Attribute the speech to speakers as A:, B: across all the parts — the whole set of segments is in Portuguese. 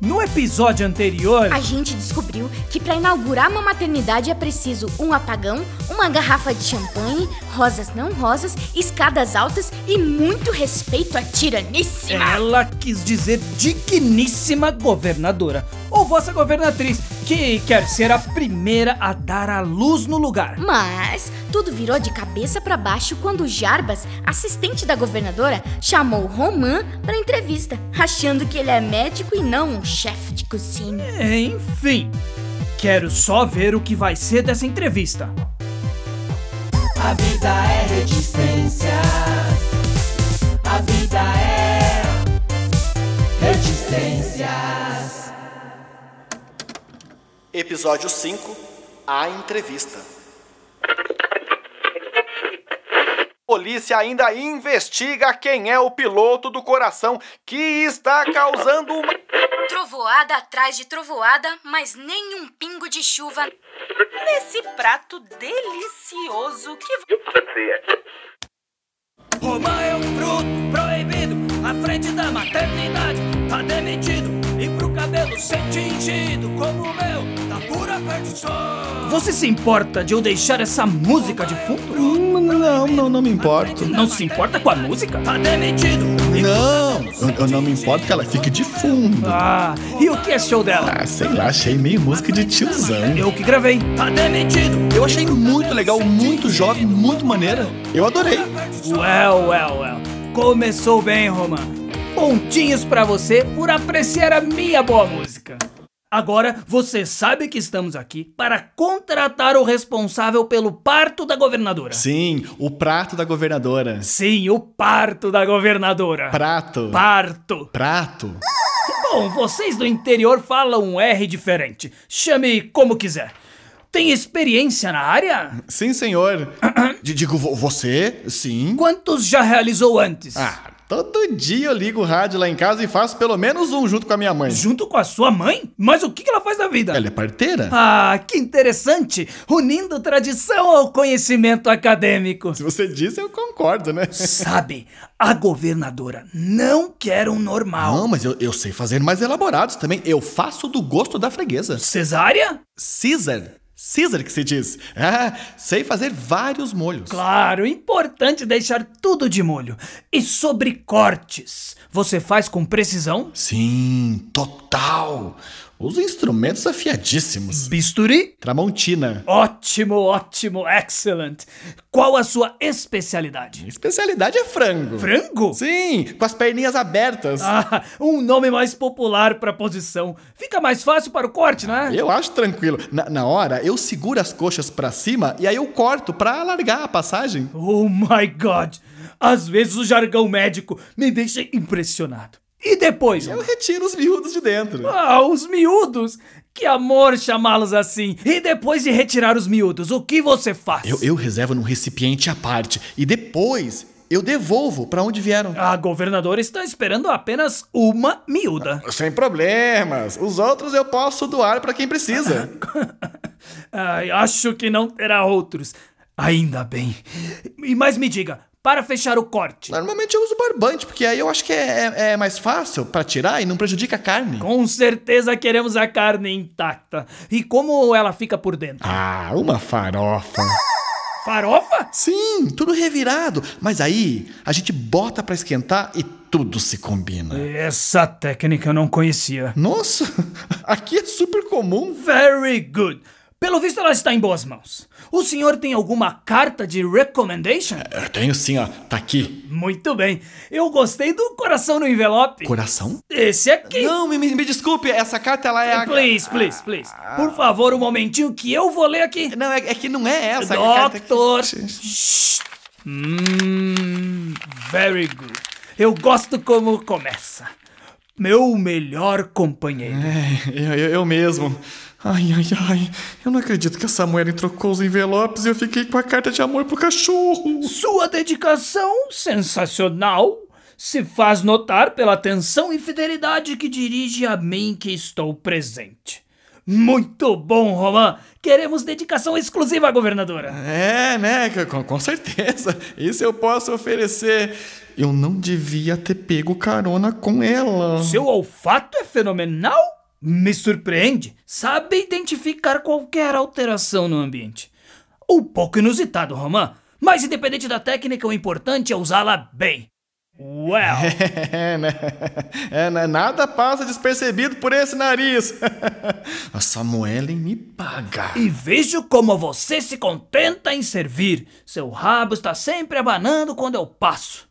A: No episódio anterior,
B: A gente descobriu que pra inaugurar uma maternidade é preciso um apagão, uma garrafa de champanhe, rosas não rosas, escadas altas e muito respeito à tiraníssima.
A: ela quis dizer digníssima governadora, ou vossa governatriz, que quer ser a primeira a dar a luz no lugar.
B: Mas tudo virou de cabeça pra baixo quando Jarbas, assistente da governadora, chamou Roman pra entrevista, achando que ele é médico e não um chefe de cozinha.
A: Enfim, quero só ver o que vai ser dessa entrevista.
C: A vida é reticências. A vida é reticências.
D: Episódio 5 A Entrevista.
E: Polícia ainda investiga quem é o piloto do coração que está causando uma.
B: Trovoada atrás de trovoada, mas nem um pingo de chuva.
F: Nesse prato delicioso que
C: Romã é um fruto proibido à frente da maternidade. Tá demitido e pro cabelo sem tingido como o meu, tá pura perdição.
A: Você se importa de eu deixar essa música de fundo?
G: Hum, Não, não, não me importo.
A: Não se importa com a música?
C: Tá demitido. e
G: Não, eu, eu não me importo que ela fique de fundo.
A: Ah, e o que achou dela?
G: Ah, sei lá, achei meio música de tiozão.
A: Eu que gravei.
C: Tá demitido.
G: Eu achei muito legal, muito jovem, muito maneira. Eu adorei.
A: Well, well, well. Começou bem, Roman. Pontinhos pra você por apreciar a minha boa música. Agora você sabe que estamos aqui para contratar o responsável pelo parto da governadora.
G: Sim, o prato da governadora.
A: Sim, o parto da governadora.
G: Prato.
A: Parto.
G: Prato.
A: Bom, vocês do interior falam um R diferente. Chame como quiser. Tem experiência na área?
G: Sim, senhor. D- Digo, vo- você? Sim.
A: Quantos já realizou antes?
G: Ah, todo dia eu ligo o rádio lá em casa e faço pelo menos um junto com a minha mãe.
A: Junto com a sua mãe? Mas o que que ela faz da vida?
G: Ela é parteira?
A: Ah, que interessante! Unindo tradição ao conhecimento acadêmico.
G: Se você diz, eu concordo, né?
A: Sabe, a governadora não quer um normal.
G: Não, mas eu, eu sei fazer mais elaborados também. Eu faço do gosto da freguesa.
A: Cesária?
G: Caesar. Caesar que se diz. Ah, sei fazer vários molhos.
A: Claro, importante deixar tudo de molho. E sobre cortes, você faz com precisão?
G: Sim, total. Os instrumentos afiadíssimos.
A: Bisturi?
G: Tramontina.
A: Ótimo, ótimo, excellent. Qual a sua especialidade?
G: Especialidade é frango.
A: Frango?
G: Sim, com as perninhas abertas.
A: Ah, um nome mais popular para posição. Fica mais fácil para o corte, não é?
G: Eu acho tranquilo. Na, na hora, eu seguro as coxas pra cima e aí eu corto pra alargar a passagem.
A: Oh my god! Às vezes o jargão médico me deixa impressionado. E depois?
G: Eu retiro os miúdos de dentro.
A: Ah, os miúdos! Que amor chamá-los assim! E depois de retirar os miúdos, o que você faz?
G: Eu, eu reservo num recipiente à parte e depois eu devolvo pra onde vieram.
A: A governadora está Ah, esperando apenas uma miúda.
G: Sem problemas. Os outros eu posso doar pra quem precisa.
A: Ai, acho que não terá outros. Ainda bem. E mais me diga, para fechar o corte.
G: Normalmente eu uso barbante, porque aí eu acho que é, é- é mais fácil pra tirar e não prejudica a carne.
A: Com certeza queremos a carne intacta. E como ela fica por dentro?
G: Ah, uma farofa.
A: Farofa?
G: Sim, tudo revirado. Mas aí a gente bota pra esquentar e tudo se combina.
A: Essa técnica eu não conhecia.
G: Nossa, aqui é super comum.
A: Very good. Pelo visto, ela está em boas mãos. O senhor tem alguma carta de recommendation?
G: Eu tenho sim, ó. Tá aqui.
A: Muito bem. Eu gostei do coração no envelope.
G: Coração?
A: Esse aqui.
G: Não, me, me- me desculpe, essa carta ela é a.
A: Please, please, please. Por favor, um momentinho que eu vou ler aqui.
G: Não, é, é que não é essa carta. que-
A: Doctor. Hum, very good. Eu gosto como começa. Meu melhor companheiro.
G: É, eu, eu- eu mesmo. Ai, ai, ai. Eu não acredito que essa mulher trocou os envelopes e eu fiquei com a carta de amor pro cachorro.
A: Sua dedicação sensacional se faz notar pela atenção e fidelidade que dirige a mim que estou presente. Muito bom, Roman! Queremos dedicação exclusiva à governadora.
G: É, né? c- Com, com certeza. Isso eu posso oferecer. Eu não devia ter pego carona com ela.
A: Seu olfato é fenomenal? Me surpreende. Sabe identificar qualquer alteração no ambiente. Um pouco inusitado, Roman. Mas independente da técnica, o importante é usá-la bem. Well,
G: É, né? É, né? Nada passa despercebido por esse nariz. A Samuele me paga.
A: e vejo como você se contenta em servir. Seu rabo está sempre abanando quando eu passo.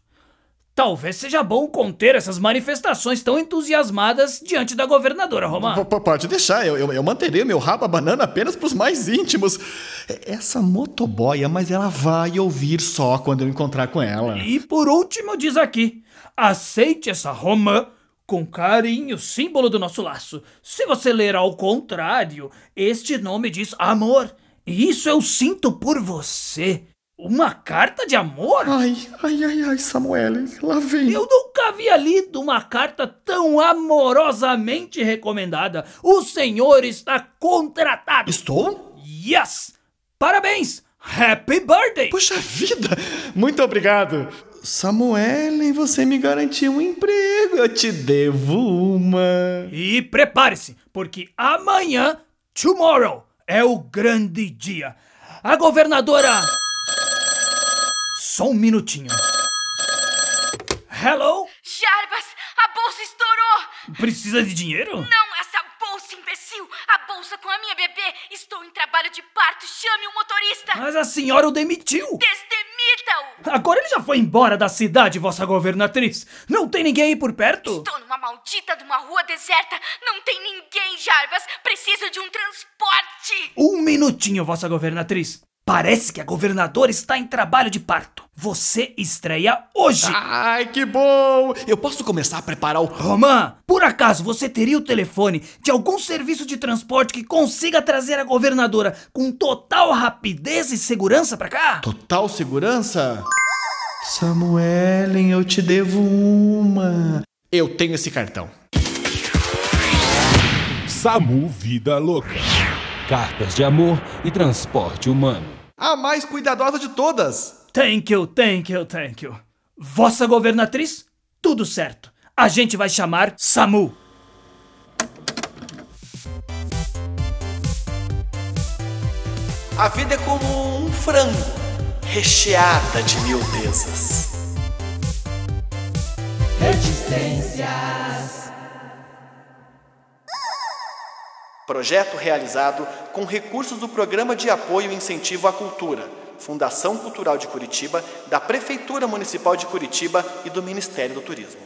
A: Talvez seja bom conter essas manifestações tão entusiasmadas diante da governadora, Roman.
G: P- p- Pode deixar, eu, eu, eu manterei o meu rabo banana apenas pros mais íntimos. É- Essa motoboia, mas ela vai ouvir só quando eu encontrar com ela.
A: E por último, diz aqui: aceite essa romã com carinho, símbolo do nosso laço. Se você ler ao contrário, este nome diz amor. E isso eu sinto por você. Uma carta de amor?
G: Ai, ai, ai, ai, Samuele, lá vem.
A: Eu nunca havia lido uma carta tão amorosamente recomendada. O senhor está contratado.
G: Estou?
A: Yes! Parabéns! Happy birthday!
G: Puxa vida! Muito obrigado! Samuele, você me garantiu um emprego. Eu te devo uma.
A: E prepare-se, porque amanhã, tomorrow, é o grande dia. A governadora. Só um minutinho. Hello?
H: Jarbas, a bolsa estourou!
A: Precisa de dinheiro?
H: Não essa bolsa, imbecil! A bolsa com a minha bebê! Estou em trabalho de parto! Chame o motorista!
A: Mas a senhora o demitiu.
H: Desdemita-o!
A: Agora ele já foi embora da cidade, vossa governatriz. Não tem ninguém aí por perto?
H: Estou numa maldita de uma rua deserta! Não tem ninguém, Jarbas! Preciso de um transporte!
A: Um minutinho, vossa governatriz. Parece que a governadora está em trabalho de parto. Você estreia hoje.
G: Ai, que bom! Eu posso começar a preparar o.
A: Romã, por acaso você teria o telefone de algum serviço de transporte que consiga trazer a governadora com total rapidez e segurança pra cá?
G: Total segurança? Samuelen, eu te devo uma. Eu tenho esse cartão.
I: SAMU Vida Louca. Cartas de amor e transporte humano.
G: A mais cuidadosa de todas!
A: Thank you, thank you, thank you. Vossa governatriz? Tudo certo. A gente vai chamar Samu.
D: A vida é como um frango, recheada de miudezas. Projeto realizado com recursos do Programa de Apoio e Incentivo à Cultura, Fundação Cultural de Curitiba, da Prefeitura Municipal de Curitiba e do Ministério do Turismo.